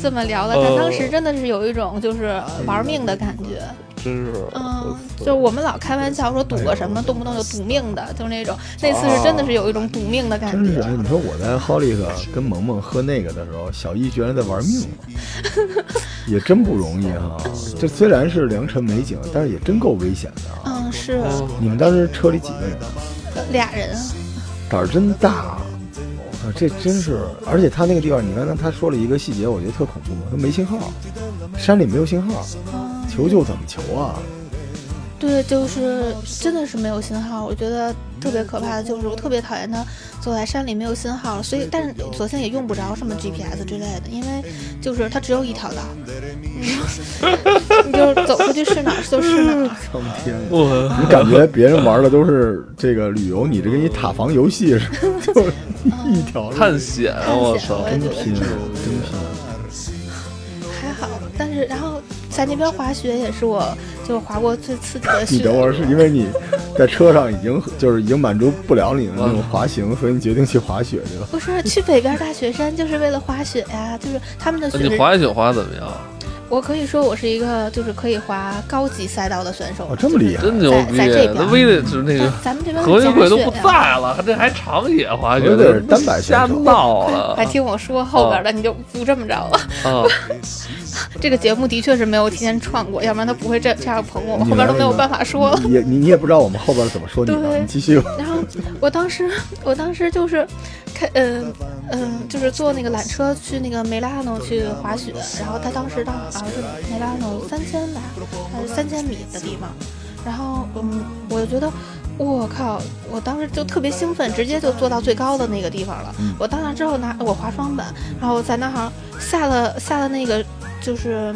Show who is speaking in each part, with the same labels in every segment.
Speaker 1: 这么聊
Speaker 2: 呃
Speaker 1: 的，但当时真的是有一种就是呃
Speaker 2: 哎
Speaker 1: 玩命的感觉。
Speaker 3: 真是，
Speaker 2: 呃
Speaker 1: 嗯，就是我们老开玩笑说赌个什么，动不动就赌命的，就是那种。那次是真的是有一种赌命的感
Speaker 2: 哎真是哎
Speaker 1: 觉。，
Speaker 2: 你说我在 h o l i 跟萌萌喝那个的时候，小易居然在玩命，也真不容易哈、这虽然是良辰美景，但是也真够危险的啊！
Speaker 1: 嗯，是
Speaker 2: 你们当时车里几个人？
Speaker 1: 俩人啊，
Speaker 2: 胆儿真大啊！啊这真是，而且他那个地方，你刚才他说了一个细节，我觉得特恐怖，他没信号，山里没有信号，
Speaker 1: 嗯，
Speaker 2: 求救怎么求啊？
Speaker 1: 对，就是真的是没有信号。我觉得特别可怕的就是，我特别讨厌他走在山里没有信号，所以但是索性也用不着什么 GPS 之类的，因为就是它只有一条道，嗯 你就走过去是哪儿 就是哪儿。
Speaker 2: 苍天！啊
Speaker 3: 我
Speaker 2: 你感觉别人玩的都是这个旅游，你这跟一塔防游戏似的，就是一条路
Speaker 3: 探险，我操！
Speaker 1: 探险我也觉得
Speaker 2: 拼啊，真拼！
Speaker 1: 还好，但是然后在那边滑雪也是我就滑过最刺激的
Speaker 2: 你
Speaker 1: 雪。
Speaker 2: 等会儿是因为你在车上已经就是已经满足不了你的那种滑行，所以你决定去滑雪去了。
Speaker 1: 不是去北边大雪山就是为了滑雪呀、就是他们的雪
Speaker 3: 你
Speaker 1: 是
Speaker 3: 滑雪滑怎么样？
Speaker 1: 我可以说我是一个就是可以滑高级赛道的选手。
Speaker 2: 哦，这么厉
Speaker 1: 害！
Speaker 2: 害！
Speaker 3: 真牛逼！
Speaker 1: 在在这边
Speaker 3: 那 village 那个
Speaker 1: 但咱们这边
Speaker 3: 何云
Speaker 1: 假
Speaker 3: 贵都不
Speaker 1: 雪呀
Speaker 3: 在了，这还长野滑雪，
Speaker 2: 有点单摆选
Speaker 3: 瞎
Speaker 2: 手
Speaker 3: 闹了
Speaker 1: 快听我说后边的，你就不这么着了。
Speaker 3: 啊！
Speaker 1: 这个节目的确是没有提前创过，要不然他不会这这样捧我，我
Speaker 2: 你
Speaker 1: 后边都
Speaker 2: 来
Speaker 1: 没有
Speaker 2: 吧
Speaker 1: 办法说了。
Speaker 2: 你也你你也不知道我们后边怎么说你的，
Speaker 1: 对
Speaker 2: 你继续
Speaker 3: 嗯
Speaker 2: 吧。
Speaker 1: 然后我当时，我当时就是开，嗯、嗯、就是坐那个缆车去那个梅拉诺去滑雪。然后他当时到好像是梅拉诺三千吧，还是三千米的地方。然后嗯，我就觉得。我靠！我当时就特别兴奋，直接就坐到最高的那个地方了。
Speaker 3: 嗯
Speaker 1: 我到那之后拿我滑双板，然后在那儿好像下了下了那个就是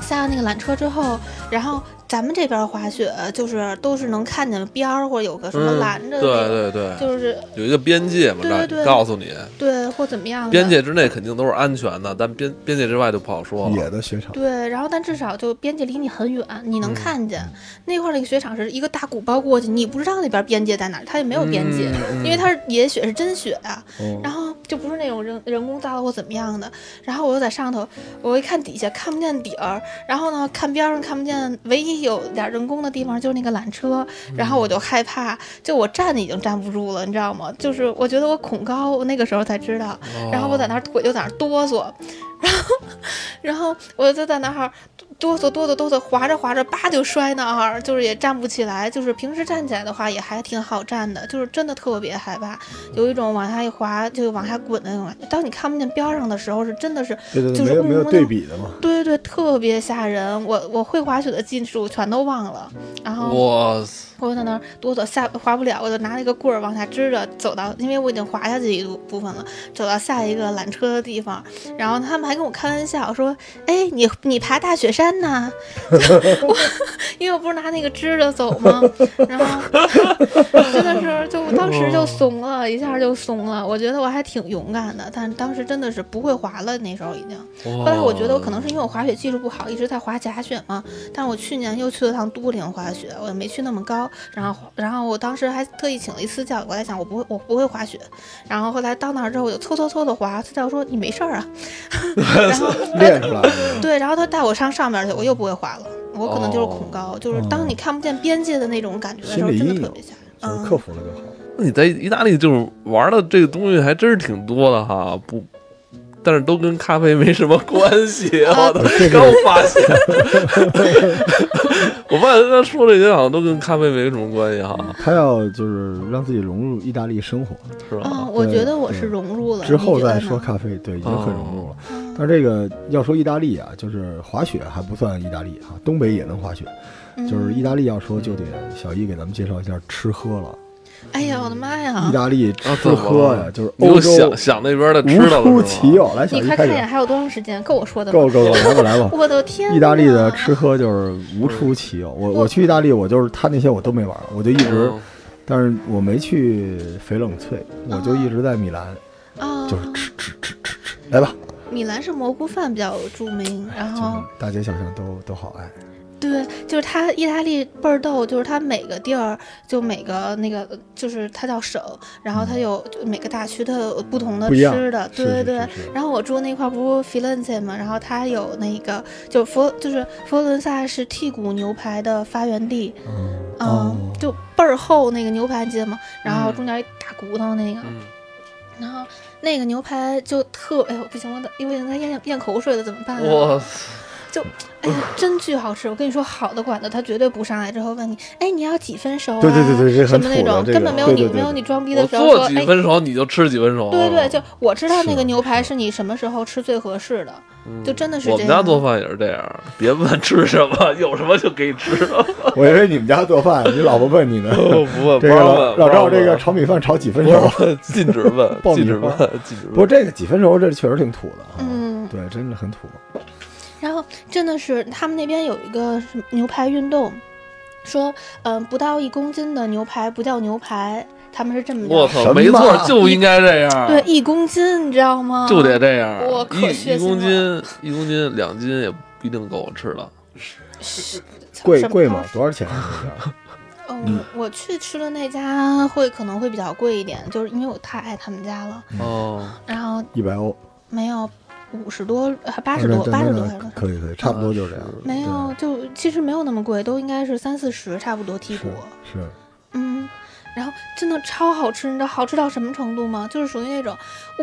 Speaker 1: 下了那个缆车之后，然后咱们这边滑雪就是都是能看见边儿或者有个什么
Speaker 3: 嗯
Speaker 1: 拦着的、
Speaker 3: 对对对，
Speaker 1: 就是
Speaker 3: 有一个边界嘛，
Speaker 1: 对
Speaker 3: 让
Speaker 1: 对嗯
Speaker 3: 告诉你，
Speaker 1: 对或怎么样的
Speaker 3: 边界之内肯定都是安全的，但边边界之外就不好说了。
Speaker 2: 野的雪场，
Speaker 1: 对，然后但至少就边界离你很远，你能看见、那块儿那个雪场是一个大鼓包过去，你不知道那边边界在哪儿，它也没有边界，
Speaker 3: 嗯
Speaker 1: 因为它是野雪是真雪啊，
Speaker 2: 嗯
Speaker 1: 然后就不是那种人人工造的或怎么样的。然后我又在上头，我一看底下看不见底儿，然后呢看边上看不见，唯一有点人工的地方就是那个缆车，然后我就害怕，就我站已经站不住了，你知道吗？就是我觉得我恐高，我那个时候才知道。
Speaker 3: 哦
Speaker 1: 然后我在那儿腿就在那儿哆嗦， 然后然后我就在那儿。哆嗦哆嗦哆嗦，滑着滑着，叭就摔那儿，就是也站不起来。就是平时站起来的话，也还挺好站的，就是真的特别害怕。有一种往下一滑就往下滚的那种感觉。当你看不见边儿上的时候，是真的是，
Speaker 2: 对对
Speaker 1: 就
Speaker 2: 对，
Speaker 1: 是
Speaker 2: 没有没有
Speaker 1: 嗡嗡
Speaker 2: 对
Speaker 1: 的
Speaker 2: 比的嘛。
Speaker 1: 对对对，特别吓人。我我会滑雪的技术全都忘了，然后
Speaker 3: 哇塞，
Speaker 1: 我在那儿哆嗦下滑不了，我就拿那个棍儿往下支着走到，因为我已经滑下去一部分了，走到下一个缆车的地方。然后他们还跟我开玩笑说：“哎，你你爬大雪山呢？” 我因为我不是拿那个支着走吗？然后 真的是就当时就怂了，一下就怂了。我觉得我还挺勇敢的，但是当时真的是不会滑了，那时候已经。后
Speaker 3: 后
Speaker 2: 哦
Speaker 1: 来我觉得我可能是因为我滑雪技术不好，一直在滑假雪嘛。但是我去年又去了趟都灵滑雪，我也没去那么高。然后，然后我当时还特意请了一私教，我在想我不会，我不会滑雪。然后后来到那儿之后，我就搓搓搓的滑，私教说你没事儿 啊。然后
Speaker 2: 练出来了，
Speaker 1: 对，然后他带我上上面去，我又不会滑了。我可能就是恐高，就是当你看不见边界的那种感觉的时候，
Speaker 2: 哦嗯心理
Speaker 1: 真
Speaker 2: 阴
Speaker 1: 的特
Speaker 2: 影
Speaker 1: 别吓人。
Speaker 2: 就是
Speaker 1: 嗯，
Speaker 2: 克服了就好。
Speaker 3: 你在意大利就是玩的这个东西还真是挺多的哈，不，但是都跟咖啡没什么关 系。
Speaker 1: 啊
Speaker 3: 我操
Speaker 2: 这个
Speaker 3: 刚发现， 我发现他说这些好像都跟咖啡没什么关系哈，
Speaker 2: 他要就是让自己融入意大利生活，
Speaker 3: 是吧
Speaker 1: 嗯，？我
Speaker 2: 啊对
Speaker 1: 觉得我
Speaker 2: 对
Speaker 1: 是融入了。
Speaker 2: 之后
Speaker 1: 你觉得
Speaker 2: 再
Speaker 1: 呢
Speaker 2: 说咖啡，对，已经很融入了。
Speaker 1: 嗯
Speaker 2: 但这个要说意大利啊，就是滑雪还不算意大利啊，东北也能滑雪，
Speaker 1: 嗯
Speaker 2: 就是意大利要说就得小易给咱们介绍一下吃喝了。
Speaker 1: 哎呀，我的妈呀！
Speaker 2: 意大利吃
Speaker 3: 啊怎么
Speaker 2: 喝
Speaker 3: 了
Speaker 2: 呀，就是
Speaker 3: 你
Speaker 2: 欧
Speaker 3: 又
Speaker 2: 洲
Speaker 3: 想想那边的吃
Speaker 2: 无
Speaker 3: 的
Speaker 2: 出
Speaker 3: 了
Speaker 2: 其
Speaker 3: 是吗？
Speaker 2: 右。来，小
Speaker 1: 你
Speaker 2: 易
Speaker 1: 快
Speaker 2: 开
Speaker 1: 看
Speaker 2: 始
Speaker 1: 一眼，，还有多长时间？够我说的吗？
Speaker 2: 够够够，来吧来吧。
Speaker 1: 我的天呐！
Speaker 2: 啊意大利的吃喝就是无出其右。我我去意大利，我就是他那些我都没玩儿，我就一直，
Speaker 3: 嗯
Speaker 2: 但是我没去翡冷翠，我就一直在米兰，
Speaker 1: 啊，
Speaker 2: 就是吃吃吃吃吃。来吧，
Speaker 1: 米兰是蘑菇饭比较著名，然
Speaker 2: 哎就
Speaker 1: 后
Speaker 2: 是大街小巷都都好爱。
Speaker 1: 对，就是它意大利倍儿逗，就是它每个地儿就每个那个就是它叫省，然后它有就每个大区它有不同的
Speaker 2: 嗯不一样
Speaker 1: 吃的，对对对。
Speaker 2: 是是是
Speaker 1: 然后我住那块儿不是 Firenze 嘛，然后它有那个就佛就是佛罗伦萨是剔骨牛排的发源地，
Speaker 2: 嗯
Speaker 1: 嗯，
Speaker 2: 哦
Speaker 1: 就倍儿厚那个牛排，你记得吗？然后
Speaker 3: 嗯
Speaker 1: 中间一大骨头那个，
Speaker 3: 嗯，
Speaker 1: 然后那个牛排就特，哎呦不行，我得，因为我已经在咽咽口水了，怎么办、啊？
Speaker 3: 我
Speaker 1: 哎呀，真巨好吃！我跟你说，好的馆子他绝对不上来之后问你，哎，你要几分熟啊？
Speaker 2: 对对对对这
Speaker 1: 什
Speaker 2: 很
Speaker 1: 么那
Speaker 2: 土的
Speaker 1: 种，
Speaker 2: 这
Speaker 1: 根
Speaker 2: 个
Speaker 1: 本没有
Speaker 2: 对
Speaker 1: 你
Speaker 2: 对对
Speaker 1: 没有
Speaker 2: 对
Speaker 1: 你装逼的
Speaker 3: 我
Speaker 1: 时候说，
Speaker 3: 做几
Speaker 1: 哎，
Speaker 3: 分熟你就吃几分熟，啊
Speaker 1: 对对，就我知道那
Speaker 2: 是
Speaker 1: 个牛排是你什么时候吃最合适的，就真的是
Speaker 3: 嗯我
Speaker 1: 这
Speaker 3: 们家
Speaker 1: 样。
Speaker 3: 做饭也是这样，别问吃什么，有什么就给你吃。
Speaker 2: 我以为你们家做饭，你老婆问你呢。
Speaker 3: 哦不不，不
Speaker 2: 这个
Speaker 3: 让
Speaker 2: 老
Speaker 3: 问，
Speaker 2: 老赵
Speaker 3: 不让
Speaker 2: 这个
Speaker 3: 问
Speaker 2: 炒米饭炒几分
Speaker 3: 不
Speaker 2: 熟
Speaker 3: 让？问， 禁止问，
Speaker 2: 爆米
Speaker 3: 禁止
Speaker 2: 花
Speaker 3: 问，禁止问。
Speaker 2: 不是这个几分熟，这确实挺土的啊。
Speaker 1: 嗯
Speaker 2: 对，真的很土。
Speaker 1: 然后真的是他们那边有一个什么牛排运动，说，嗯、不到一公斤的牛排不叫牛排，他们是这么
Speaker 3: 我
Speaker 1: 叫。
Speaker 2: 什
Speaker 3: 操，
Speaker 2: 么
Speaker 3: 没错，就应该这样，
Speaker 1: 对，一公斤，你知道吗？
Speaker 3: 就得这样。
Speaker 1: 我可
Speaker 3: 一
Speaker 1: 血腥
Speaker 3: 一公斤，一公斤两斤也不一定够我吃了。
Speaker 2: 贵
Speaker 1: 什么
Speaker 2: 贵吗？多少钱啊？这个
Speaker 1: 嗯，我去吃的那家会可能会比较贵一点，就是因为我太爱他们家了。
Speaker 3: 哦，
Speaker 1: 然后
Speaker 2: 一百欧，
Speaker 1: 没有五十多，还
Speaker 2: 八
Speaker 1: 八十多，八十多还是多少
Speaker 2: 可以可以，差不多就这样。
Speaker 1: 没有，就其实没有那么贵，都应该是三四十差不多剔
Speaker 2: 是
Speaker 1: 骨。
Speaker 2: 是，
Speaker 1: 嗯，然后真的超好吃，你知道好吃到什么程度吗？就是属于那种，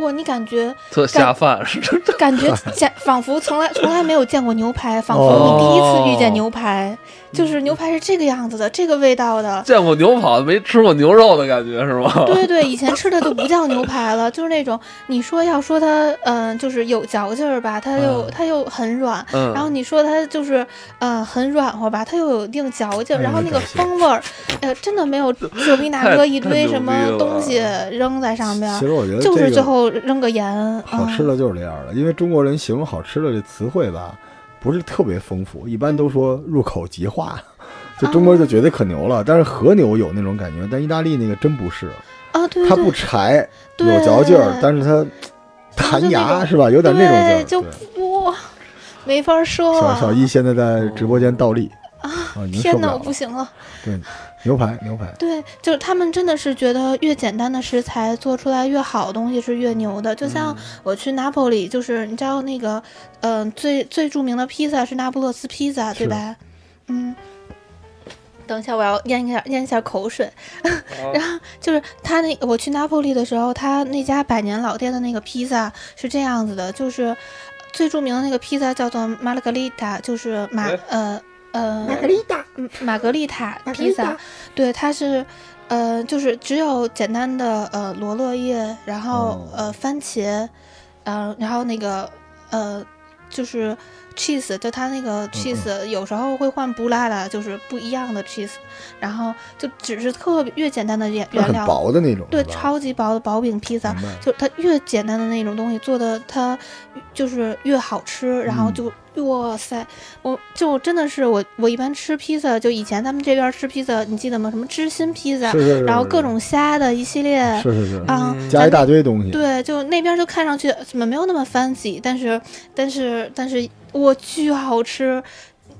Speaker 1: 哇，你感觉
Speaker 3: 特下饭是这
Speaker 1: 感觉假仿佛从来从来没有见过牛排，仿佛你第一
Speaker 3: 哦
Speaker 1: 次遇见牛排，就是牛排是这个样子的，这个味道的。
Speaker 3: 见过牛跑没吃过牛肉的感觉是 吗？
Speaker 1: 对对，以前吃的就不叫牛排了， 就是那种你说要说它，嗯、就是有嚼劲儿吧，它又、它又很软，
Speaker 3: 嗯，
Speaker 1: 然后你说它就是，呃，很软和吧，它又有一定嚼劲儿，
Speaker 2: 哎
Speaker 1: 然后那个
Speaker 2: 感谢
Speaker 1: 风味儿，呃，真的没有 舍比那
Speaker 3: 太
Speaker 1: 哥一
Speaker 3: 太
Speaker 1: 堆
Speaker 3: 牛
Speaker 1: 什
Speaker 3: 逼
Speaker 1: 么
Speaker 3: 了
Speaker 1: 东西扔在上边
Speaker 2: 其
Speaker 1: 儿，
Speaker 2: 实我觉得
Speaker 1: 就
Speaker 2: 这
Speaker 1: 是
Speaker 2: 个
Speaker 1: 最后扔个盐。
Speaker 2: 好吃
Speaker 1: 嗯
Speaker 2: 的就是这样的，因为中国人形容好吃的这词汇吧，不是特别丰富，一般都说入口即化。就中国人就觉得可牛
Speaker 1: 哦
Speaker 2: 了，但是和牛有那种感觉，但意大利那个真不是，
Speaker 1: 啊，对
Speaker 2: 它不
Speaker 1: 对
Speaker 2: 柴，有
Speaker 1: 对，
Speaker 2: 嚼劲儿，但是它
Speaker 1: 就
Speaker 2: 弹
Speaker 1: 那
Speaker 2: 牙
Speaker 1: 种
Speaker 2: 是吧？有点那种劲
Speaker 1: 对
Speaker 2: 儿。
Speaker 1: 就
Speaker 2: 对
Speaker 1: 哇，没法说
Speaker 2: 小小
Speaker 1: 了。
Speaker 2: 易现在在直播间倒立啊，已经受
Speaker 1: 天
Speaker 2: 不
Speaker 1: 哪，
Speaker 2: 了
Speaker 1: 我不
Speaker 2: 了。
Speaker 1: 行了。
Speaker 2: 对，牛排牛排，
Speaker 1: 对，就是他们真的是觉得越简单的食材做出来越好的东西是越牛的。就像我去拿破里，就是你知道那个，嗯、最最著名的披萨是那不勒斯披萨，对
Speaker 2: 是
Speaker 1: 吧？嗯。等一下，我要咽一下咽一下口水。
Speaker 2: 嗯
Speaker 1: 然后就是他那我去拿破里的时候，他那家百年老店的那个披萨是这样子的，就是最著名的那个披萨叫做玛格丽塔，就是马
Speaker 3: 哎
Speaker 1: 呃呃
Speaker 4: 玛格丽塔，
Speaker 1: 嗯玛格丽塔
Speaker 4: 玛格
Speaker 1: 披
Speaker 4: 丽
Speaker 1: 萨
Speaker 4: 塔，
Speaker 1: 对，它是，呃，就是只有简单的呃罗勒叶，然后、
Speaker 2: 哦
Speaker 1: 呃番茄，呃，然后那个呃就是 cheese，就它那
Speaker 2: 嗯
Speaker 1: 个 cheese 有时候会换布拉拉，就是不一样的 cheese，然后就只是特别越简单的原
Speaker 2: 就
Speaker 1: 原
Speaker 2: 很
Speaker 1: 料，
Speaker 2: 薄的那种，
Speaker 1: 对，
Speaker 2: 是吧
Speaker 1: 超级薄的薄饼披萨，
Speaker 2: 明白
Speaker 1: 就它越简单的那种东西做的，它就是越好
Speaker 2: 嗯
Speaker 1: 吃，然后就、哇塞，我就真的是我我一般吃披萨，就以前咱们这边吃披萨，你记得吗？什么芝心披萨，
Speaker 2: 是是是，
Speaker 1: 然后
Speaker 2: 是
Speaker 1: 各种虾的一系列
Speaker 2: 是是是，
Speaker 1: 啊，
Speaker 3: 嗯
Speaker 2: 加一大堆东西，
Speaker 1: 对，就那边就看上去怎么没有那么 fancy，但是但是但是我巨好吃。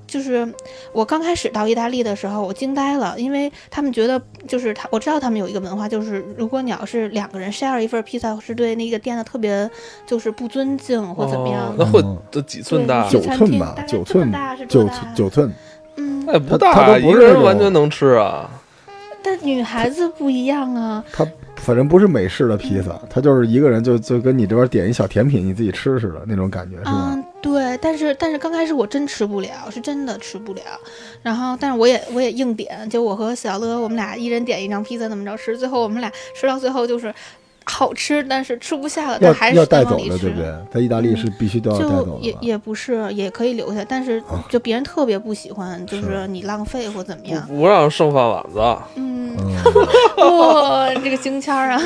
Speaker 1: 就是我刚开始到意大利的时候，我惊呆了，因为他们觉得就是他，我知道他们有一个文化，就是如果你要是两个人 share 一份披萨，是对那个店的特别就是不尊敬或怎么样
Speaker 3: 那
Speaker 1: 的。
Speaker 3: 会这几寸大？
Speaker 1: 对
Speaker 2: 九
Speaker 1: 西餐
Speaker 2: 寸
Speaker 1: 厅
Speaker 2: 吧
Speaker 1: 大，概
Speaker 2: 九
Speaker 1: 这么
Speaker 2: 寸
Speaker 1: 大是多
Speaker 2: 嗯九
Speaker 1: 大啊
Speaker 2: 寸九寸，
Speaker 1: 嗯，
Speaker 3: 那也哎不
Speaker 2: 它
Speaker 3: 大，
Speaker 2: 它都
Speaker 3: 一
Speaker 2: 不是
Speaker 3: 个
Speaker 2: 那
Speaker 3: 人
Speaker 2: 种
Speaker 3: 完全能吃啊。
Speaker 1: 但女孩子不一样啊。
Speaker 2: 它反正不是美式的披萨，它就是一个人就就跟你这边点一小甜品，你自己吃似的那种感觉，是吧？
Speaker 1: 嗯，对，但是但是刚开始我真吃不了，是真的吃不了。然后，但是我也我也硬点，就我和小乐我们俩一人点一张披萨那么着吃，最后我们俩吃到最后就是好吃，但是吃不下了，但还
Speaker 2: 要
Speaker 1: 是
Speaker 2: 要
Speaker 1: 得
Speaker 2: 带
Speaker 1: 往
Speaker 2: 走
Speaker 1: 里
Speaker 2: 的，
Speaker 1: 吃嗯
Speaker 2: 对不对？在意大利是必须都要带
Speaker 1: 就
Speaker 2: 走的
Speaker 1: 也
Speaker 2: 吧？
Speaker 1: 也不是，也可以留下，但是
Speaker 2: 啊
Speaker 1: 就别人特别不喜欢，就是是你浪费或怎么
Speaker 3: 不
Speaker 1: 样。
Speaker 3: 不让剩饭碗子，
Speaker 1: 嗯，
Speaker 2: 嗯，
Speaker 1: 啊 哇、这个京腔儿啊，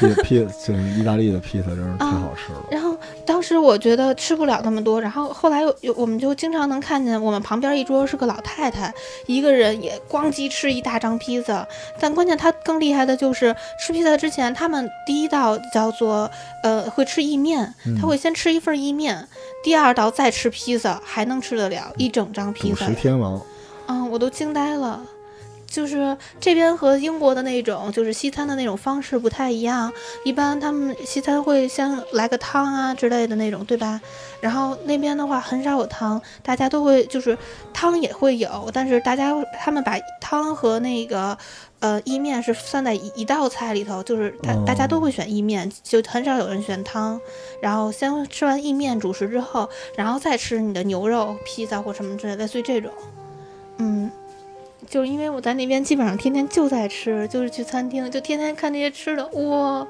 Speaker 2: 披披就是意大利的披萨真是
Speaker 1: 啊
Speaker 2: 太好吃了。
Speaker 1: 然后当时我觉得吃不了那么多，然后后来有有我们就经常能看见我们旁边一桌是个老太太，一个人也咣叽吃一大张披萨。但关键她更厉害的就是吃披萨之前，他们第一道叫做呃会吃意面，
Speaker 2: 嗯
Speaker 1: 他会先吃一份意面，第二道再吃披萨，还能吃得了一整张披
Speaker 2: 嗯主
Speaker 1: 萨。
Speaker 2: 食天王，
Speaker 1: 嗯，我都惊呆了。就是这边和英国的那种，就是西餐的那种方式不太一样。一般他们西餐会先来个汤啊之类的那种，对吧？然后那边的话很少有汤，大家都会就是汤也会有，但是大家他们把汤和那个呃意面是算在一一道菜里头，就是大大家都会选意面，就很少有人选汤。然后先吃完意面主食之后，然后再吃你的牛肉、披萨或什么之类的，类似于这种。嗯，就是因为我在那边基本上天天就在吃，就是去餐厅就天天看这些吃的，哇，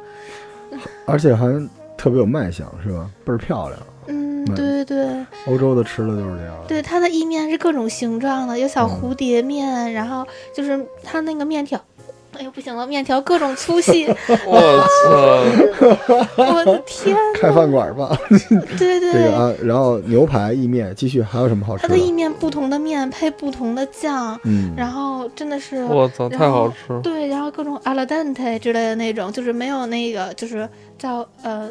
Speaker 2: 而且还特别有卖相，是吧？倍儿漂亮。
Speaker 1: 嗯，
Speaker 2: 嗯
Speaker 1: 对对对
Speaker 2: 欧洲的吃的就是这样的。
Speaker 1: 对，它的意面是各种形状的，有
Speaker 2: 嗯
Speaker 1: 小蝴蝶面，然后就是它那个面条。哎呦，不行了，面条各种粗 细，
Speaker 3: 我操！
Speaker 1: 我的天！
Speaker 2: 开饭馆吧，
Speaker 1: 对对
Speaker 2: 这个啊，然后牛排、意面，继续还有什么好吃
Speaker 1: 它的意
Speaker 2: 的？
Speaker 1: 面不同的面配不同的酱，
Speaker 2: 嗯，
Speaker 1: 然后真的是
Speaker 3: 我操！太好吃了！
Speaker 1: 对，然后各种 al dente 之类的那种，就是没有那个，就是叫呃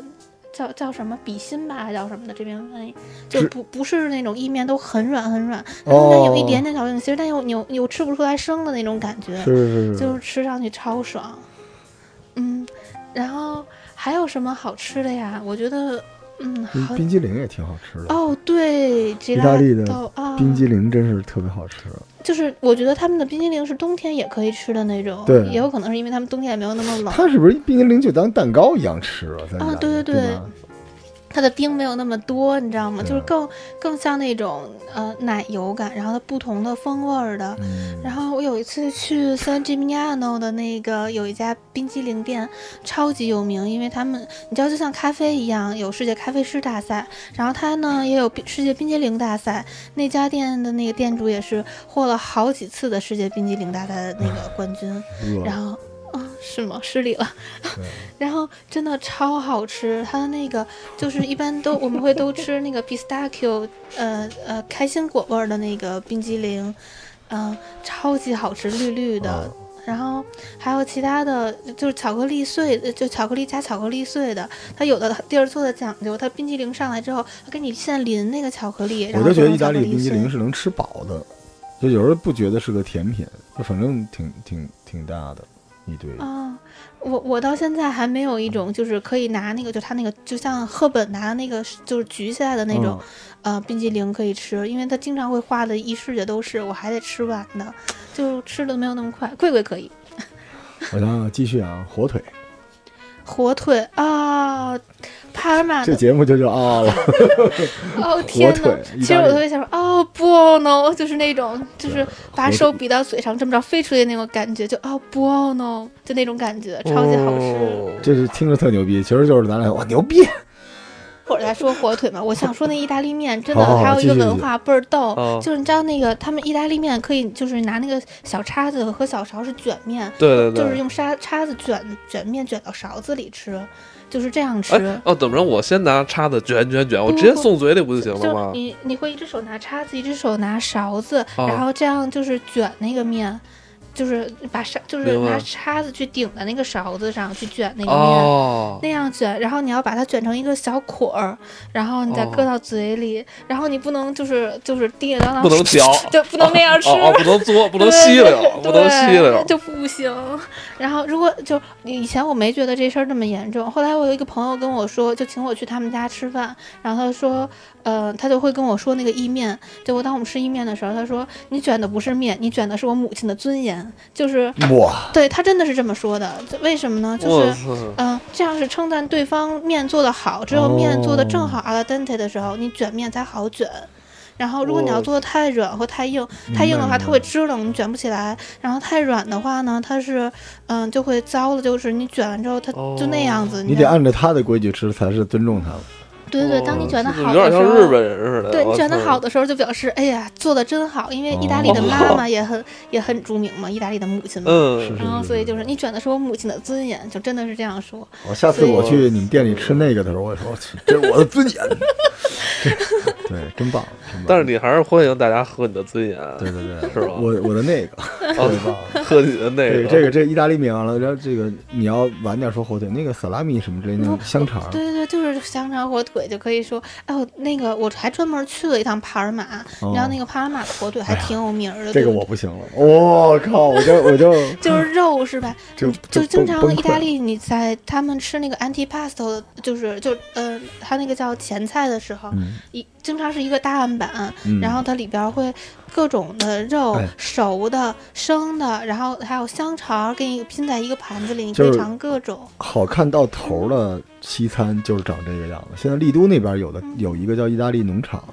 Speaker 1: 叫叫什么比心吧，叫什么的这边翻译，就是不不是那种意面都很软很软，它中间
Speaker 2: 哦，
Speaker 1: 有一点点小硬心儿，但又又又吃不出来生的那种感觉，
Speaker 2: 是是是，
Speaker 1: 就是是吃上去超爽。嗯，然后还有什么好吃的呀？我觉得嗯
Speaker 2: 冰
Speaker 1: 好
Speaker 2: 冰激凌也挺好吃的，
Speaker 1: 哦对，意
Speaker 2: 大利的
Speaker 1: 啊，
Speaker 2: 冰激凌真是特别好
Speaker 1: 哦
Speaker 2: 吃。
Speaker 1: 就是我觉得他们的冰激凌是冬天也可以吃的那种，
Speaker 2: 对
Speaker 1: 也有可能是因为他们冬天也没有那么 冷。
Speaker 2: 它是不是冰激凌就当蛋糕一样吃啊？在意大利
Speaker 1: 啊对对
Speaker 2: 对吧，
Speaker 1: 它的冰没有那么多，你知道吗？
Speaker 2: 对啊
Speaker 1: 就是更更像那种呃奶油感，然后它不同的风味儿的。
Speaker 2: 嗯，
Speaker 1: 然后我有一次去 San Gimignano 的啊那个有一家冰激凌店，超级有名，因为他们你知道就像咖啡一样，有世界咖啡师大赛，然后它呢也有冰世界冰激凌大赛。那家店的那个店主也是获了好几次的世界冰激凌大赛的那个冠军。
Speaker 2: 饿了
Speaker 1: 然后，啊，是吗？失礼了
Speaker 2: 对。啊
Speaker 1: 然后真的超好吃，它的那个就是一般都我们会都吃那个 pistachio，呃 呃开心果味儿的那个冰激凌，嗯、超级好吃，绿绿的。
Speaker 2: 哦
Speaker 1: 然后还有其他的，就是巧克力碎，呃就巧克力加巧克力碎的。它有的地儿做的讲究，它冰激凌上来之后，它给你现淋那个巧克力，然
Speaker 2: 我
Speaker 1: 后
Speaker 2: 就觉
Speaker 1: 做成
Speaker 2: 得意大
Speaker 1: 巧克
Speaker 2: 利冰
Speaker 1: 力
Speaker 2: 激
Speaker 1: 碎
Speaker 2: 凌。是能吃饱的，就有时候不觉得是个甜品，就反正挺挺挺大的一堆。
Speaker 1: 啊，我我到现在还没有一种就是可以拿那个，就它那个就像赫本拿那个就是举起来的那
Speaker 2: 嗯
Speaker 1: 种、呃冰激凌可以吃，因为它经常会画的一世界都是，我还得吃完呢，就吃的没有那么快。贵贵可以，
Speaker 2: 嗯，我想想，继续啊，火腿，
Speaker 1: 火腿啊，帕尔马
Speaker 2: 这
Speaker 1: 的
Speaker 2: 节目就叫啊了。
Speaker 1: 哦天呐
Speaker 2: 腿！意
Speaker 1: 其实
Speaker 2: 大
Speaker 1: 我
Speaker 2: 利啊
Speaker 1: 特别想说哦不 no，就是那种就是把
Speaker 2: 火
Speaker 1: 手
Speaker 2: 腿
Speaker 1: 比到嘴上这么着飞出去那种感觉，就哦不 no，就那种感觉，超级好吃。
Speaker 3: 哦
Speaker 2: 这是听着特牛逼，其实就是咱俩哇牛逼，
Speaker 1: 或者在说火腿嘛，我想说那意大利面真
Speaker 2: 好好
Speaker 1: 的
Speaker 2: 好
Speaker 1: 还有一个
Speaker 2: 继续
Speaker 1: 文化倍儿逗
Speaker 3: 哦，
Speaker 1: 就是你知道那个他们意大利面可以就是拿那个小叉子和小勺是卷面，
Speaker 3: 对对对，
Speaker 1: 就是用沙叉子卷卷面卷到勺子里吃，就是这样吃。
Speaker 3: 哎，哦，怎么着？我先拿叉子卷卷卷，我
Speaker 1: 不
Speaker 3: 直接
Speaker 1: 不
Speaker 3: 送嘴里不就行了
Speaker 1: 就
Speaker 3: 吗？
Speaker 1: 你你会一只手拿叉子，一只手拿勺子，
Speaker 3: 哦
Speaker 1: 然后这样就是卷那个面，就是把勺就是
Speaker 3: 明白
Speaker 1: 拿叉子去顶在那个勺子上去卷那个面。
Speaker 3: 哦，
Speaker 1: 那样卷，然后你要把它卷成一个小捆儿，然后你再搁
Speaker 3: 哦
Speaker 1: 到嘴里，然后你不能就是就是叮叮当当，
Speaker 3: 不能嚼
Speaker 1: 就不能那样吃。
Speaker 3: 哦哦，不能嘬，不
Speaker 1: 不
Speaker 3: 能吸溜，不能吸溜。
Speaker 1: 就不行。然后，如果就以前我没觉得这事儿这么严重，后来我有一个朋友跟我说，就请我去他们家吃饭，然后他说，呃，他就会跟我说那个意面，结果当我们吃意面的时候，他说你卷的不是面，你卷的是我母亲的尊严，就是
Speaker 2: 哇，
Speaker 1: 对他真的是这么说的，这为什么呢？就
Speaker 3: 我
Speaker 1: 是
Speaker 3: 操！
Speaker 1: 嗯，这样是称赞对方面做的好，只有面做的正好 al dente 的时候，你卷面才好卷。然后，如果你要
Speaker 3: 哦
Speaker 1: 做的太软或太硬，
Speaker 2: 明白
Speaker 1: 太硬的话
Speaker 2: 明白
Speaker 1: 它会支棱，你卷不起来；然后太软的话呢，它是嗯就会糟了，就是你卷完之后它就那样子。
Speaker 3: 哦
Speaker 2: 你
Speaker 1: 知
Speaker 2: 得
Speaker 1: 道
Speaker 2: 按照他的规矩吃才是尊重他们。
Speaker 1: 对对对，当你
Speaker 2: 哦
Speaker 1: 觉得
Speaker 3: 就
Speaker 1: 好
Speaker 3: 有点
Speaker 1: 的时
Speaker 3: 像
Speaker 1: 候，
Speaker 3: 日本人似的。
Speaker 1: 对你
Speaker 3: 我
Speaker 1: 觉得
Speaker 3: 操哦
Speaker 1: 好的时候，就表示哎呀做的真好，因为意大利的妈妈也很、也很著名嘛，意大利的母亲嘛。
Speaker 3: 嗯
Speaker 2: 是
Speaker 1: 然后，所以就是你卷的是我母亲的尊严，就真的是这样说。
Speaker 2: 我哦下次我去你们店里吃那个的时候，我也说这是我的 尊严。对，真棒，真棒。
Speaker 3: 但是你还是欢迎大家喝你的尊严，
Speaker 2: 对对对，
Speaker 3: 是吧？
Speaker 2: 我我的那个，
Speaker 3: 哦
Speaker 2: 对吧？
Speaker 3: 喝你的那
Speaker 2: 对
Speaker 3: 个，
Speaker 2: 这个这个意大利面完了，然后这个你要晚点说火腿，那个萨拉米什么之类的那个香肠，
Speaker 1: 对对对，就是香肠火腿就可以说，哎呦，那个我还专门去了一趟帕尔马，
Speaker 2: 哦
Speaker 1: 你知道那个帕尔马的火腿还挺有名儿的。
Speaker 2: 哎这
Speaker 1: 对
Speaker 2: 个
Speaker 1: 不
Speaker 2: 我不行了，我靠，我就我就
Speaker 1: 对就是肉是吧？
Speaker 2: 就
Speaker 1: 就
Speaker 2: 就
Speaker 1: 经
Speaker 2: 崩
Speaker 1: 常
Speaker 2: 崩
Speaker 1: 意
Speaker 2: 溃
Speaker 1: 大
Speaker 2: 了
Speaker 1: 利，你在他们吃那个 antipasto，的就是就呃，他那个叫前菜的时候，
Speaker 2: 嗯
Speaker 1: 一经常是一个大案板，
Speaker 2: 嗯
Speaker 1: 然后它里边儿会各种的肉，
Speaker 2: 哎
Speaker 1: 熟的、生的，然后还有香肠，给你拼在一个盘子里，你可
Speaker 2: 就
Speaker 1: 以
Speaker 2: 是
Speaker 1: 尝各种。
Speaker 2: 好看到头的西餐就是长这个样子。现在丽都那边有的
Speaker 1: 嗯
Speaker 2: 有一个叫意大利农场，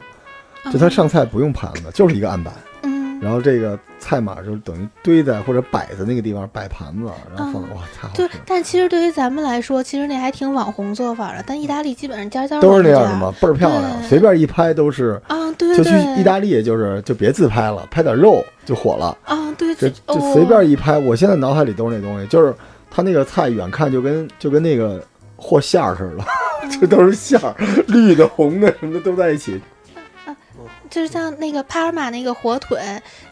Speaker 2: 就它上菜不用盘子，就是一个案板，
Speaker 1: 嗯，嗯
Speaker 2: 然后这个菜码就是等于堆在或者摆在那个地方摆盘子，然后放
Speaker 1: 嗯
Speaker 2: 哇太好吃
Speaker 1: 对
Speaker 2: 了，，
Speaker 1: 但其实对于咱们来说，其实那还挺网红做法的，但意大利基本上家家
Speaker 2: 都是
Speaker 1: 那
Speaker 2: 那样的嘛，倍儿漂亮，
Speaker 1: 对
Speaker 2: 随便一拍都是。
Speaker 1: 啊，对
Speaker 2: 就
Speaker 1: 对
Speaker 2: 去
Speaker 1: 对，
Speaker 2: 意大利，就是就别自拍了，拍点肉就火了。
Speaker 1: 啊，对，
Speaker 2: 就
Speaker 1: 哦
Speaker 2: 就随便一拍，我现在脑海里都是那东西，就是它那个菜远看就跟就跟那个和馅儿似的，
Speaker 1: 嗯
Speaker 2: 这都是馅儿，绿的、红的什么的都在一起。
Speaker 1: 就是像那个帕尔马那个火腿，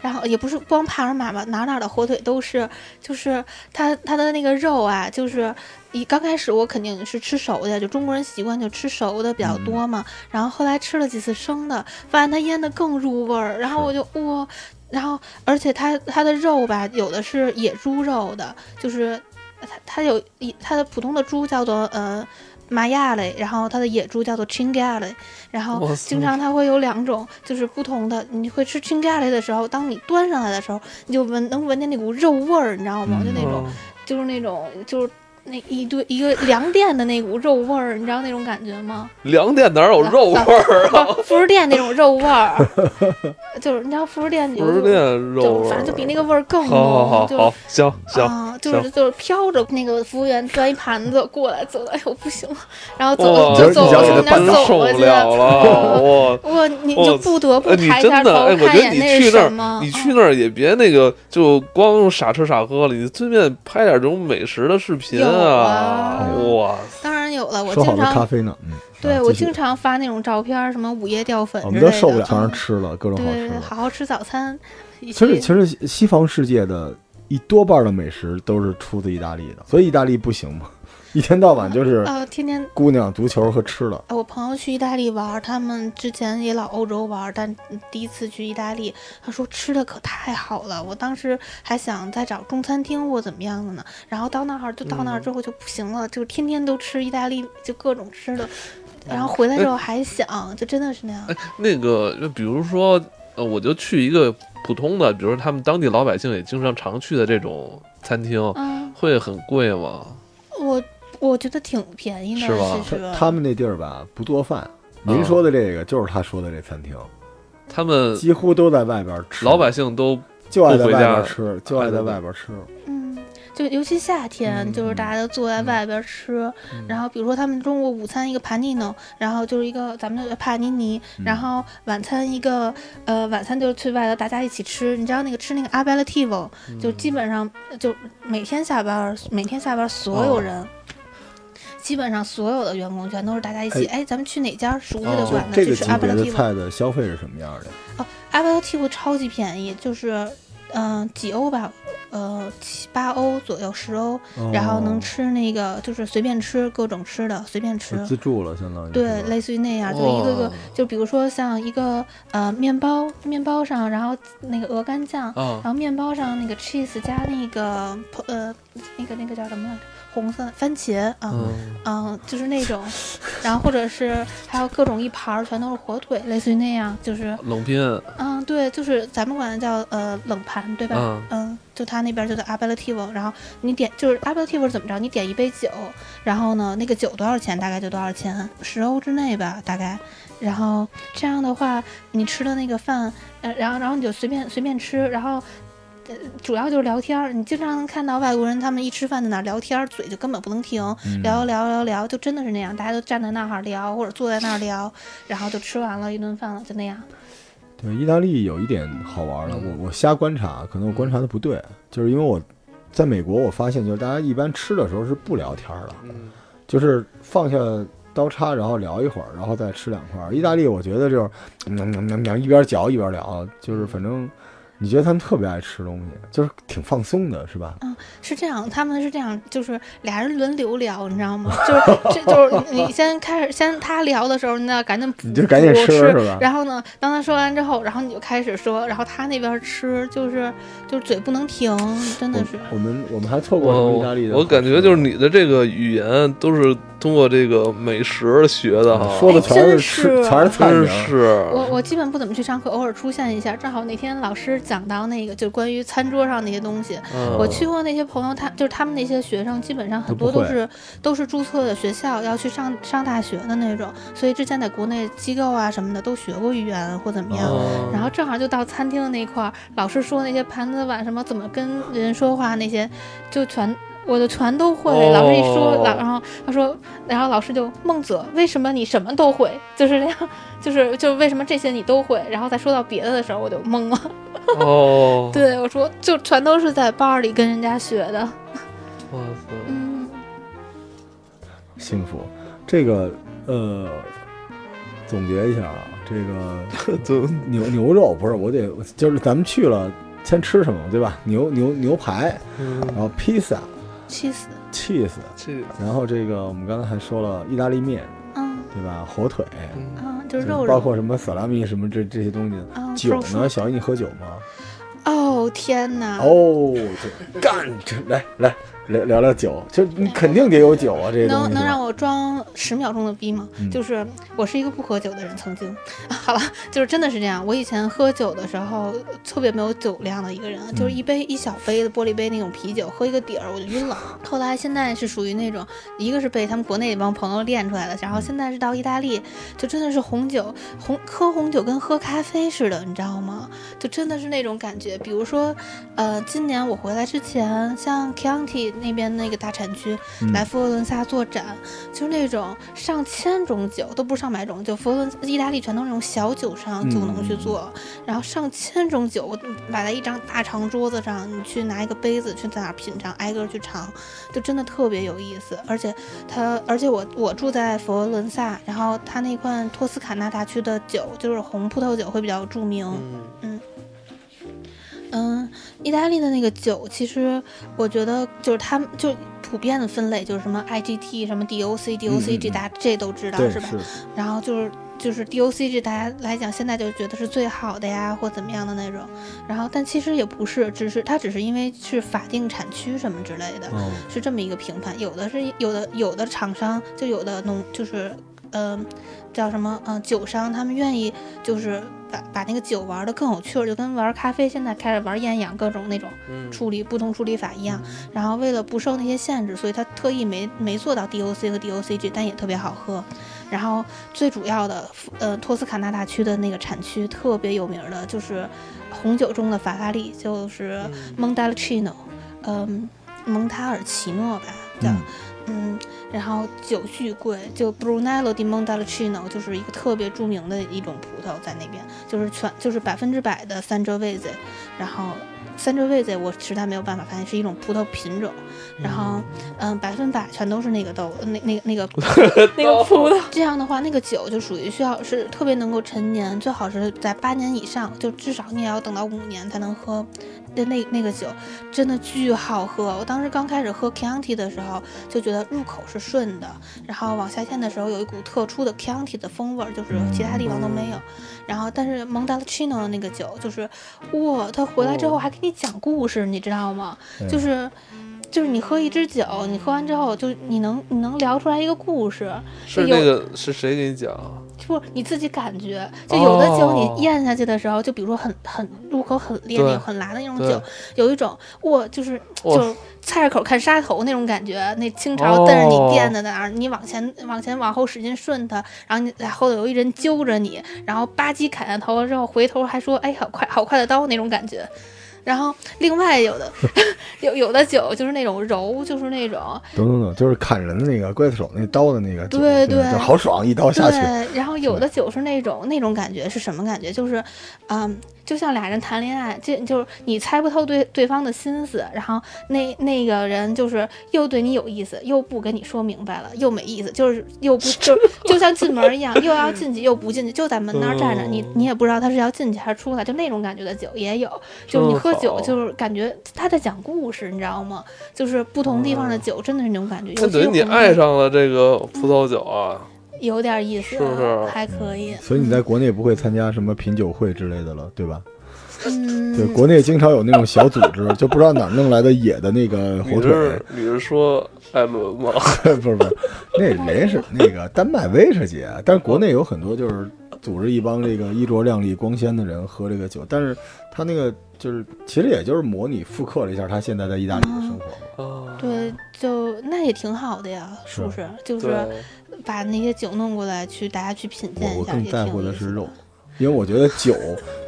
Speaker 1: 然后也不是光帕尔马吧，哪哪的火腿都是，就是它它的那个肉啊，就是一刚开始我肯定是吃熟的，就中国人习惯就吃熟的比较多嘛，然后后来吃了几次生的，发现它腌的更入味儿，然后我就哇、然后而且它它的肉吧，有的是野猪肉的，就是它它有一它的普通的猪叫做呃。玛亚类，然后它的野猪叫做 chingale，然后
Speaker 3: 哇塞
Speaker 1: 哦经常它会有两种，就是不同的。你会吃 chingale 的时候，当你端上来的时候，你就闻能闻见那股肉味儿，你知道吗？
Speaker 2: 嗯
Speaker 1: 就那种
Speaker 3: 嗯
Speaker 1: 就是那种就是那一堆一个粮店的那股肉味儿，你知道那种感觉吗？
Speaker 3: 粮店哪有肉味儿 啊？
Speaker 1: 不是服饰店那种肉味儿，就是你知道服饰店有
Speaker 3: 不是
Speaker 1: 那种
Speaker 3: 那肉
Speaker 1: 就
Speaker 3: 味儿，
Speaker 1: 反正就比那个味儿更浓，
Speaker 3: 好好好
Speaker 1: 就
Speaker 3: 好，行
Speaker 1: 是
Speaker 3: 行，
Speaker 1: 啊，就是就是飘着那个服务员端一盘子过来走的，哎呦不行了，然后走
Speaker 3: 哇，
Speaker 1: 就
Speaker 2: 你
Speaker 1: 走
Speaker 2: 想给
Speaker 1: 从
Speaker 2: 他
Speaker 1: 那儿
Speaker 3: 真
Speaker 1: 走
Speaker 3: 受
Speaker 1: 过
Speaker 3: 不
Speaker 1: 去。
Speaker 3: 了了，我。
Speaker 1: 我你
Speaker 3: 哇
Speaker 1: 就不得不
Speaker 3: 哎，你
Speaker 1: 抬一下
Speaker 3: 真
Speaker 1: 头
Speaker 3: 的，哎，我
Speaker 1: 看
Speaker 3: 觉
Speaker 1: 一眼
Speaker 3: 得你
Speaker 1: 那是
Speaker 3: 去
Speaker 1: 什
Speaker 3: 那
Speaker 1: 么
Speaker 3: 儿，？你
Speaker 2: 哦
Speaker 3: 去那儿也别那个，就光傻吃傻喝了，你随便拍点这种美食的视频
Speaker 1: 有
Speaker 3: 啊
Speaker 1: 啊！
Speaker 3: 哇塞，
Speaker 1: 当然有了，我
Speaker 2: 说好
Speaker 1: 经
Speaker 2: 的咖
Speaker 1: 常
Speaker 2: 啡呢？嗯，
Speaker 1: 对
Speaker 2: 啊
Speaker 1: 我
Speaker 2: 继续
Speaker 1: 经常发那种照片儿，什么午夜掉粉
Speaker 2: 我
Speaker 1: 之
Speaker 2: 们
Speaker 1: 类
Speaker 2: 都
Speaker 1: 的。
Speaker 2: 受不了，让
Speaker 1: 嗯
Speaker 2: 人吃了各种好吃
Speaker 1: 对，
Speaker 2: 的。
Speaker 1: 好好吃早餐。以
Speaker 2: 其实
Speaker 1: 及
Speaker 2: 其实西西方世界的一多半的美食都是出自意大利
Speaker 1: 嗯
Speaker 2: 的，所以意大利不行嘛， 一天到晚就是
Speaker 1: 呃，天天
Speaker 2: 姑娘、足球和吃的。
Speaker 1: 呃我朋友去意大利玩儿，他们之前也老欧洲玩儿，但第一次去意大利，他说吃的可太好了。我当时还想再找中餐厅或怎么样的呢，然后到那儿就到那儿
Speaker 3: 嗯
Speaker 1: 之后就不行了，就天天都吃意大利，就各种吃
Speaker 3: 嗯
Speaker 1: 的。然后
Speaker 3: 哎
Speaker 1: 回来之后还想，就真的是那样。
Speaker 3: 那个，就比如说，呃，我就去一个普通的，比如说他们当地老百姓也经常常去的这种餐厅，
Speaker 1: 嗯，
Speaker 3: 会很贵吗？
Speaker 1: 我我觉得挺便宜的，
Speaker 3: 是吧
Speaker 1: 其
Speaker 2: 他
Speaker 1: 实
Speaker 2: 他们那地儿吧不做饭，
Speaker 3: 啊
Speaker 2: 您说的这个就是他说的这餐厅，
Speaker 3: 他们
Speaker 2: 几乎都在外边吃。
Speaker 3: 嗯老百姓都
Speaker 2: 就爱在外
Speaker 3: 不回
Speaker 2: 边
Speaker 3: 家
Speaker 2: 吃，就爱在外边吃。
Speaker 1: 嗯，就尤其夏天，
Speaker 3: 嗯
Speaker 1: 就是大家都坐在外边吃，
Speaker 2: 嗯
Speaker 1: 然后比如说他们中午午餐一个盘尼诺，然后就是一个咱们叫帕尼尼，
Speaker 2: 嗯
Speaker 1: 然后晚餐一个呃晚餐就是去外头大家一起吃，你知道那个吃那个 aperitivo，就
Speaker 2: 嗯
Speaker 1: 基本上就每天下班儿每天下班儿所有
Speaker 3: 哦
Speaker 1: 人。基本上所有的员工全都是大家一起，哎，咱们去哪家熟悉的
Speaker 3: 哦
Speaker 1: 馆子
Speaker 2: 这
Speaker 1: 去
Speaker 2: 个
Speaker 1: 吃
Speaker 2: 级
Speaker 1: a p e
Speaker 2: 别
Speaker 1: r i
Speaker 2: 的
Speaker 1: t i v o
Speaker 2: 菜的消费是什么样的？
Speaker 1: a p e r i t i v o 超级便宜，就是嗯、呃几欧吧，呃七八欧左右，十欧，
Speaker 2: 哦
Speaker 3: 哦
Speaker 1: 然后能吃那个就是随便吃各种吃的，随便吃
Speaker 2: 哦。自助了，相当于
Speaker 1: 对，类似于那样，就一个个
Speaker 3: 哇，
Speaker 1: 就比如说像一个呃面包，面包上然后那个鹅肝酱，
Speaker 3: 啊
Speaker 1: 然，后面包上那个 cheese 加那个呃那个那个叫什么来着？红色的番茄啊，嗯、
Speaker 3: 嗯，
Speaker 1: 就是那种，然后或者是还有各种一盘儿全都是火腿，类似于那样，就是
Speaker 3: 冷拼，
Speaker 1: 嗯，对，就是咱们管它叫呃冷盘，对吧？
Speaker 3: 嗯
Speaker 1: 就他那边就叫 aperitivo，然后你点就是 aperitivo 是怎么着？你点一杯酒，然后呢，那个酒多少钱？大概就多少钱，十欧之内吧，大概。然后这样的话，你吃的那个饭，呃，然后然后你就随便随便吃，然后呃主要就是聊天儿。你经常能看到外国人他们一吃饭在那儿聊天儿，嘴就根本不能停，
Speaker 2: 嗯
Speaker 1: 聊聊聊聊，就真的是那样，大家都站在那儿聊或者坐在那儿聊，然后就吃完了一顿饭了，就那样。
Speaker 2: 对，意大利有一点好玩了，
Speaker 1: 嗯
Speaker 2: 我我瞎观察，可能我观察的不对，就是因为我在美国，我发现就是大家一般吃的时候是不聊天了，
Speaker 3: 嗯
Speaker 2: 就是放下刀叉，然后聊一会儿，然后再吃两块儿。意大利我觉得就是，嗯嗯嗯嗯一边嚼一边聊，就是反正你觉得他们特别爱吃东西，就是挺放松的，是吧？
Speaker 1: 是这样，他们是这样，就是俩人轮流聊，你知道吗？就是这就是你先开始，先他聊的时候，你要赶紧补
Speaker 2: 你就赶紧
Speaker 1: 补
Speaker 2: 吃
Speaker 1: 吃
Speaker 2: 是吧
Speaker 1: 然后呢，当他说完之后，然后你就开始说，然后他那边吃，就是就是嘴不能停，真的
Speaker 2: 我
Speaker 1: 是。
Speaker 2: 我们我们还错过什么意大
Speaker 3: 我
Speaker 2: 利的好吃的？
Speaker 3: 哦我感觉就是你的这个语言都是通过这个美食学的哈，
Speaker 2: 说的
Speaker 1: 哎
Speaker 2: 全是
Speaker 1: 真
Speaker 2: 吃，
Speaker 1: 是
Speaker 2: 全是菜名
Speaker 3: 真
Speaker 2: 儿。
Speaker 3: 是
Speaker 1: 我我基本不怎么去上课，偶尔出现一下。正好那天老师讲到那个，就关于餐桌上那些东西，
Speaker 3: 嗯
Speaker 1: 我去过那些朋友，他就是他们那些学生，基本上很
Speaker 2: 都不
Speaker 1: 多都
Speaker 2: 会
Speaker 1: 是都是注册的学校，要去上上大学的那种，所以之前在国内机构啊什么的都学过语言或怎么样。
Speaker 3: 哦
Speaker 1: 然后正好就到餐厅的那块儿，老师说那些盘子碗什么怎么跟人说话那些，就全我就全都会。老师一说，
Speaker 3: 哦
Speaker 1: 老然后他说，然后老师就孟子，为什么你什么都会？就是这样，就是就是为什么这些你都会？然后再说到别的的时候，我就懵了。
Speaker 3: 哦，
Speaker 1: 对，我说就全都是在班儿里跟人家学的。
Speaker 3: 哇塞，
Speaker 1: 嗯，
Speaker 2: 幸福。这个呃，总结一下啊，这个 牛牛肉不是我得就是咱们去了先吃什么对吧？牛牛牛排，然
Speaker 3: 嗯
Speaker 2: 后披萨、
Speaker 1: 气死。
Speaker 2: cheese，
Speaker 3: 这
Speaker 2: 然后这个我们刚才还说了意大利面
Speaker 1: 嗯
Speaker 2: 对吧？火腿，
Speaker 3: 嗯
Speaker 1: 嗯，就
Speaker 2: 就是
Speaker 1: 肉
Speaker 2: 包
Speaker 1: 肉。
Speaker 2: 括什么萨拉米什么这这些东西。
Speaker 1: 嗯
Speaker 2: 酒
Speaker 1: 肉啊丝
Speaker 2: 呢？小姨你喝酒吗？
Speaker 1: 哦天哪！
Speaker 2: 哦，这干这来来聊聊聊酒，就你肯定得有酒啊，这些东
Speaker 1: 能
Speaker 2: 西
Speaker 1: 能
Speaker 2: 吧
Speaker 1: 让我装十秒钟的逼吗？
Speaker 2: 嗯
Speaker 1: 就是我是一个不喝酒的人，曾经、 啊好了，就是真的是这样。我以前喝酒的时候特别没有酒量的一个人，啊就是一杯一小杯的玻璃杯那种啤酒，喝一个底儿我就晕了。后来现在是属于那种，一个是被他们国内那帮朋友练出来的，然后现在是到意大利，就真的是红酒红喝红酒跟喝咖啡似的，你知道吗？就真的是那种感觉。比如说，呃，今年我回来之前，像 Chianti 那边那个大产区，
Speaker 2: 嗯
Speaker 1: 来佛罗伦萨做展，就是那种上千种酒，都不是上百种，就佛罗伦意大利全都是那种小酒商就能去做，然后上千种酒我摆在一张大长桌子上，你去拿一个杯子去在那儿品尝，挨个儿去尝，就真的特别有意思。而且它，而且我我住在佛罗伦萨，然后它那块托斯卡纳大区的酒就是红葡萄酒会比较著名，
Speaker 3: 嗯
Speaker 1: 嗯，意大利的那个酒，其实我觉得就是他们就普遍的分类就是什么 IGT、什么 DOC、DOC 这大这都知道
Speaker 2: 嗯对
Speaker 1: 是吧？
Speaker 2: 是
Speaker 1: 然后就是就是 DOC 这大家来讲，现在就觉得是最好的呀，或怎么样的那种。然后但其实也不是，只是它只是因为是法定产区什么之类的，
Speaker 2: 哦
Speaker 1: 是这么一个评判。有的是有的有的厂商就有的农就是嗯、叫什么嗯、呃酒商，他们愿意就是把把那个酒玩的更有趣儿，就跟玩咖啡现在开始玩厌氧各种那种
Speaker 3: 嗯
Speaker 1: 处理不同处理法一样。然后为了不受那些限制，所以他特意没没做到 DOC 和 DOCG，但也特别好喝。然后最主要的，呃，托斯卡纳大区的那个产区特别有名儿的就是红酒中的法拉利，就是
Speaker 3: 嗯
Speaker 1: m o n t a l c i n o 嗯、蒙塔尔奇诺吧，叫。
Speaker 2: 嗯
Speaker 1: 嗯，然后酒巨贵，就 Brunello di Montalcino 就是一个特别著名的一种葡萄，在那边就是全就是百分之百的 Sangiovese，然后 Sangiovese 我实在没有办法发现是一种葡萄品种，然后嗯百分百全都是那个豆那那那个那
Speaker 3: 哦
Speaker 1: 个葡萄，这样的话那个酒就属于需要是特别能够陈年，最好是在八年以上，就至少你也要等到五年才能喝。那那那个酒真的巨好喝，我当时刚开始喝 Chianti 的时候，就觉得入口是顺的，然后往下咽的时候有一股特殊的 Chianti 的风味儿，就是其他地方都没有。然后，但是蒙达拉奇诺那个酒，就是哇，他回来之后
Speaker 3: 哦
Speaker 1: 还给你讲故事，你知道吗？
Speaker 2: 嗯对
Speaker 1: 就是。就是你喝一支酒，你喝完之后，就你能你能聊出来一个故事，
Speaker 3: 是那个是谁给你讲啊？
Speaker 1: 不是你自己感觉。就有的酒
Speaker 3: 哦
Speaker 1: 你咽下去的时候，就比如说很很入口很烈那
Speaker 3: 对
Speaker 1: 种很辣的那种
Speaker 3: 对
Speaker 1: 酒，有一种哇，就是
Speaker 3: 哇哦
Speaker 1: 就是菜市口看杀头那种感觉，那清朝瞪着你垫在那儿，你往前往前往后使劲顺它，然后你在后头有一人揪着你，然后吧唧砍下头了之后，回头还说哎好快好快的刀那种感觉，然后另外有的 有有的酒就是那种柔，就是那种
Speaker 2: 懂懂懂，就是砍人的那个刽子手那刀的那个酒，
Speaker 1: 对
Speaker 2: 对
Speaker 1: 对
Speaker 2: 就好爽，一刀下去，
Speaker 1: 对，然后有的酒是那种那种感觉是什么感觉？就是，嗯，就像俩人谈恋爱，这就是你猜不透对对方的心思，然后那那个人就是又对你有意思，又不跟你说明白了，又没意思，就是又不就就像进门一样，又要进去又不进去，就在门那儿站着，你你也不知道他是要进去还是出来，就那种感觉的酒也有，就是你
Speaker 3: 真
Speaker 1: 喝酒
Speaker 3: 好
Speaker 1: 就是感觉他在讲故事，你知道吗？就是不同地方的酒真的是那种感觉，
Speaker 3: 那
Speaker 1: 尤其
Speaker 3: 等于
Speaker 1: 是
Speaker 3: 你
Speaker 1: 红酒
Speaker 3: 爱上了这个葡萄酒啊，
Speaker 1: 有点意思啊，
Speaker 3: 是不是
Speaker 1: 还可以。
Speaker 2: 嗯所以你在国内不会参加什么品酒会之类的了，对吧？
Speaker 1: 嗯，
Speaker 2: 对，国内经常有那种小组 织，就不知道哪儿弄来的野的那个嗯火
Speaker 3: 你
Speaker 2: 腿，
Speaker 3: 是你是说艾伦吗？
Speaker 2: 不是不是，那人是那个丹麦威士忌，啊但是国内有很多就是组织一帮这个衣着靓丽、光鲜的人喝这个酒，但是他那个就是其实也就是模拟复刻了一下他现在在意大利的生活。
Speaker 3: 啊，
Speaker 1: 对，就那也挺好的呀，是不是？就是
Speaker 3: 对，
Speaker 1: 把那些酒弄过来，去大家去品鉴
Speaker 2: 我
Speaker 1: 一
Speaker 2: 我
Speaker 1: 下，
Speaker 2: 更
Speaker 1: 也
Speaker 2: 在
Speaker 1: 挺
Speaker 2: 乎
Speaker 1: 有
Speaker 2: 的
Speaker 1: 意
Speaker 2: 是
Speaker 1: 思
Speaker 2: 肉，因为我觉得酒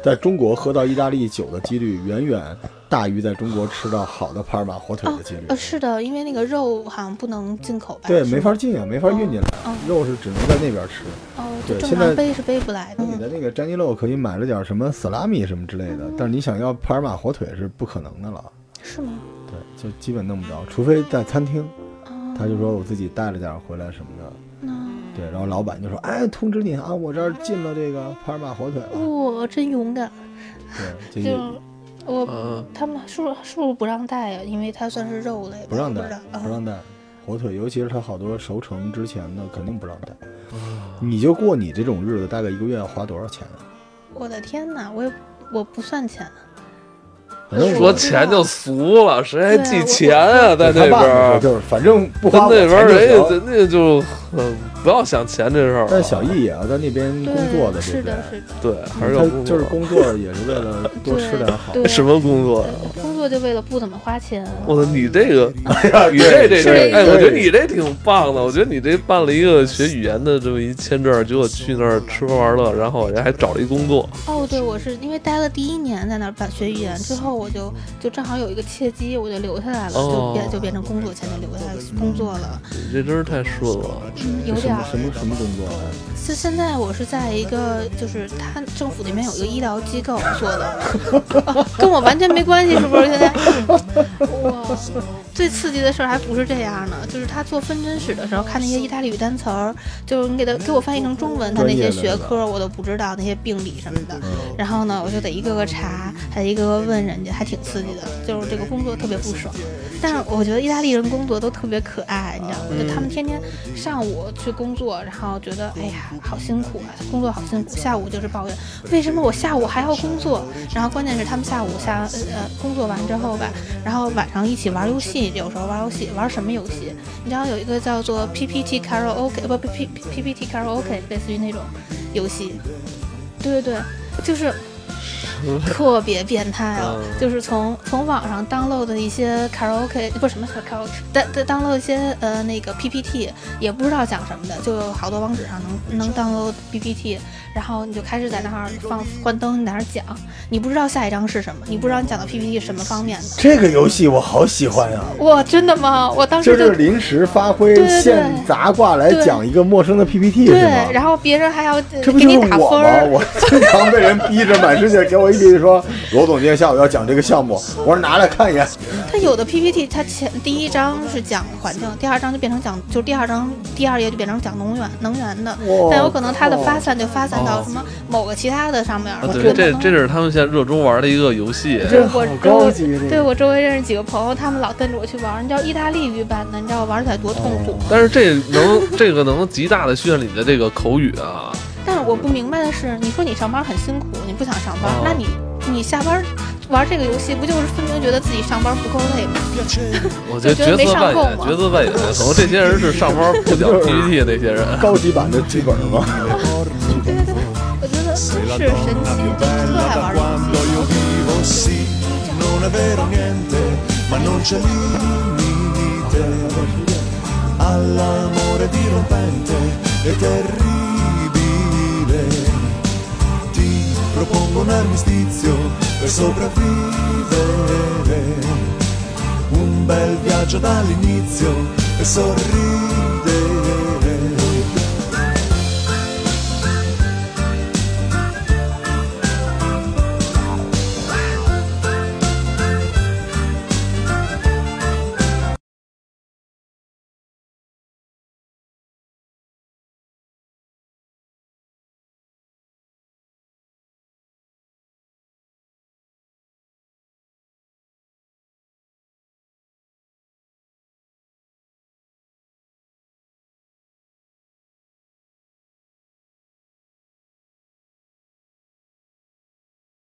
Speaker 2: 在中国喝到意大利酒的几率远远大于在中国吃到好的帕尔马火腿
Speaker 1: 哦
Speaker 2: 的几率。
Speaker 1: 呃，是的，因为那个肉好像不能进口吧？
Speaker 2: 对，
Speaker 1: 是
Speaker 2: 没
Speaker 1: 吗
Speaker 2: 法。进啊，没法运进来
Speaker 1: 嗯，
Speaker 2: 肉是只能在那边吃。
Speaker 1: 哦，
Speaker 2: 对
Speaker 1: 就正
Speaker 2: 现在
Speaker 1: 常背是背不来的。
Speaker 2: 你的那个詹尼洛可以买了点什么 salami 什么之类的，
Speaker 1: 嗯
Speaker 2: 但是你想要帕尔马火腿是不可能的了，
Speaker 1: 是吗？
Speaker 2: 对，就基本弄不着，除非在餐厅。
Speaker 1: 啊，
Speaker 2: 他就说我自己带了点回来什么的，
Speaker 1: 那
Speaker 2: 对，然后老板就说，哎，通知你啊，我这儿进了这个帕尔马火腿了，
Speaker 1: 我真勇敢，
Speaker 2: 对，
Speaker 1: 哦 就
Speaker 2: 就
Speaker 1: 我
Speaker 3: 嗯，
Speaker 1: 他们是不是是不是不让带呀？因为它算是肉类吧，
Speaker 2: 不让带
Speaker 1: 知道，
Speaker 2: 不
Speaker 1: 啊。
Speaker 2: 让带火腿，尤其是他好多熟成之前的肯定不让带。
Speaker 3: 啊
Speaker 2: 你就过你这种日子，大概一个月要花多少钱啊？
Speaker 1: 我的天哪，我也我不算钱，
Speaker 2: 反正
Speaker 3: 说
Speaker 2: 我
Speaker 3: 钱就俗了，谁还记钱啊？在那
Speaker 2: 对他
Speaker 3: 边
Speaker 2: 爸
Speaker 3: 儿
Speaker 2: 说，就是反正不
Speaker 3: 在
Speaker 2: 花我
Speaker 3: 那
Speaker 2: 钱
Speaker 3: 边儿
Speaker 2: 就
Speaker 3: 人家
Speaker 2: 行。
Speaker 3: 人家就很不要想钱这事儿了。
Speaker 2: 但是小易也要在那边工作
Speaker 1: 对，
Speaker 2: 的，
Speaker 1: 是的，是
Speaker 2: 对
Speaker 1: 的，
Speaker 3: 对，还
Speaker 2: 不
Speaker 3: 是
Speaker 2: 对
Speaker 3: 要工
Speaker 2: 他
Speaker 3: 作
Speaker 2: 就是工作也是为了多吃点好。
Speaker 1: 对
Speaker 3: 什么工作呀？
Speaker 1: 对工作就为了不怎么花钱。
Speaker 3: 我操，你这个， 你这这
Speaker 2: 对
Speaker 1: 对
Speaker 3: 这，哎，我觉得
Speaker 2: 对
Speaker 3: 你这挺棒的。我觉得你这办了一个学语言的这么一签证，结果去那儿吃喝玩乐，然后人还找了一工作。
Speaker 1: 哦，对，我是因为待了第一年在那儿办学语言，之后我就就正好有一个契机，我就留下来了，
Speaker 3: 哦
Speaker 1: 就变就变成工作签，就留下来工作了。
Speaker 3: 你这真是太顺了。
Speaker 1: 嗯，有
Speaker 2: 什
Speaker 1: 点
Speaker 2: 么
Speaker 1: 儿。
Speaker 2: 什么什么工作啊？
Speaker 1: 就现在我是在一个就是他政府那边有一个医疗机构做 的，啊跟我完全没关系，是不是？现在哇，最刺激的事儿还不是这样呢，就是他做分针室的时候，看那些意大利语单词儿，就是你给他给我翻译成中文，他那些学科我都不知道，那些病理什么的。
Speaker 2: 嗯
Speaker 1: 然后呢，我就得一个个查，还得一个个问人家，还挺刺激的。就是这个工作特别不爽，但是我觉得意大利人工作都特别可爱，你知道吗？就他们天天上午去工作，然后觉得哎呀好辛苦啊，工作好辛苦。下午就是抱怨为什么我下午还要工作，然后关键是他们下午下呃呃工作完之后吧，然后晚上一起玩游戏，有时候玩游戏玩什么游戏？你知道有一个叫做 PPT karaoke 呃不 P P P P T karaoke 类似于那种游戏，对对对，就是特别变态哦，
Speaker 3: 嗯
Speaker 1: 就是从从网上 download 的一些 karaoke 不是什么 karaoke，但但 download 一些呃那个 PPT，也不知道讲什么的，就有好多网址上能能 download PPT，然后你就开始在那儿放关灯，你在那儿讲，你不知道下一章是什么，你不知道你讲到 PPT 什么方面的。
Speaker 2: 这个游戏我好喜欢啊！
Speaker 1: 哇，真的吗？我当
Speaker 2: 就
Speaker 1: 时就是
Speaker 2: 临时发挥
Speaker 1: 对对对
Speaker 2: 现砸挂来讲一个陌生的 PPT
Speaker 1: 对
Speaker 2: 是吗？，
Speaker 1: 然后别人还要呃
Speaker 2: 这不
Speaker 1: 给
Speaker 2: 就
Speaker 1: 你
Speaker 2: 是
Speaker 1: 打
Speaker 2: 我
Speaker 1: 分
Speaker 2: 吗？
Speaker 1: 儿，
Speaker 2: 我经常被人逼着满世界给我一堆说，罗总今天下午要讲这个项目，我说拿来看一眼。
Speaker 1: 它有的 PPT，它前第一章是讲环境，第二章就变成讲，就第二章第二页就变成讲能源能源的
Speaker 2: 哇，哦
Speaker 1: 但有可能它的发散就发散到什么某个其他的上面。
Speaker 3: 啊
Speaker 1: 我，
Speaker 3: 对，
Speaker 1: 觉得
Speaker 3: 这
Speaker 1: 可能
Speaker 3: 这是他们现在热衷玩的一个游戏。
Speaker 1: 对我
Speaker 2: 好
Speaker 1: 周
Speaker 2: 高
Speaker 1: 围
Speaker 2: 级这个
Speaker 1: 对我周围认识几个朋友，他们老跟着我去玩儿，你知道意大利语版的，你知道玩起来多痛苦。
Speaker 2: 哦
Speaker 3: 但是这 能这个能极大的训练你的这个口语啊，
Speaker 1: 但是我不明白的是，你说你上班很辛苦，你不想上班
Speaker 3: 哦，
Speaker 1: 那你你下班玩这个游戏，不就是分明觉得自己上班不够累吗？
Speaker 3: 我觉得角色扮演，角色扮演，可能这些人是上班不讲 PPT 的那些人。
Speaker 2: 高级版的剧本吗？
Speaker 1: 对对对，我觉得真是神奇，就特爱玩这个游戏。
Speaker 5: quando io vivo sì, non è vero niente, ma non c'è limite all'amore dirompente e terribile. Ti propongo un armistizio per sopravvivere. Un bel viaggio dall'inizio per sorridere.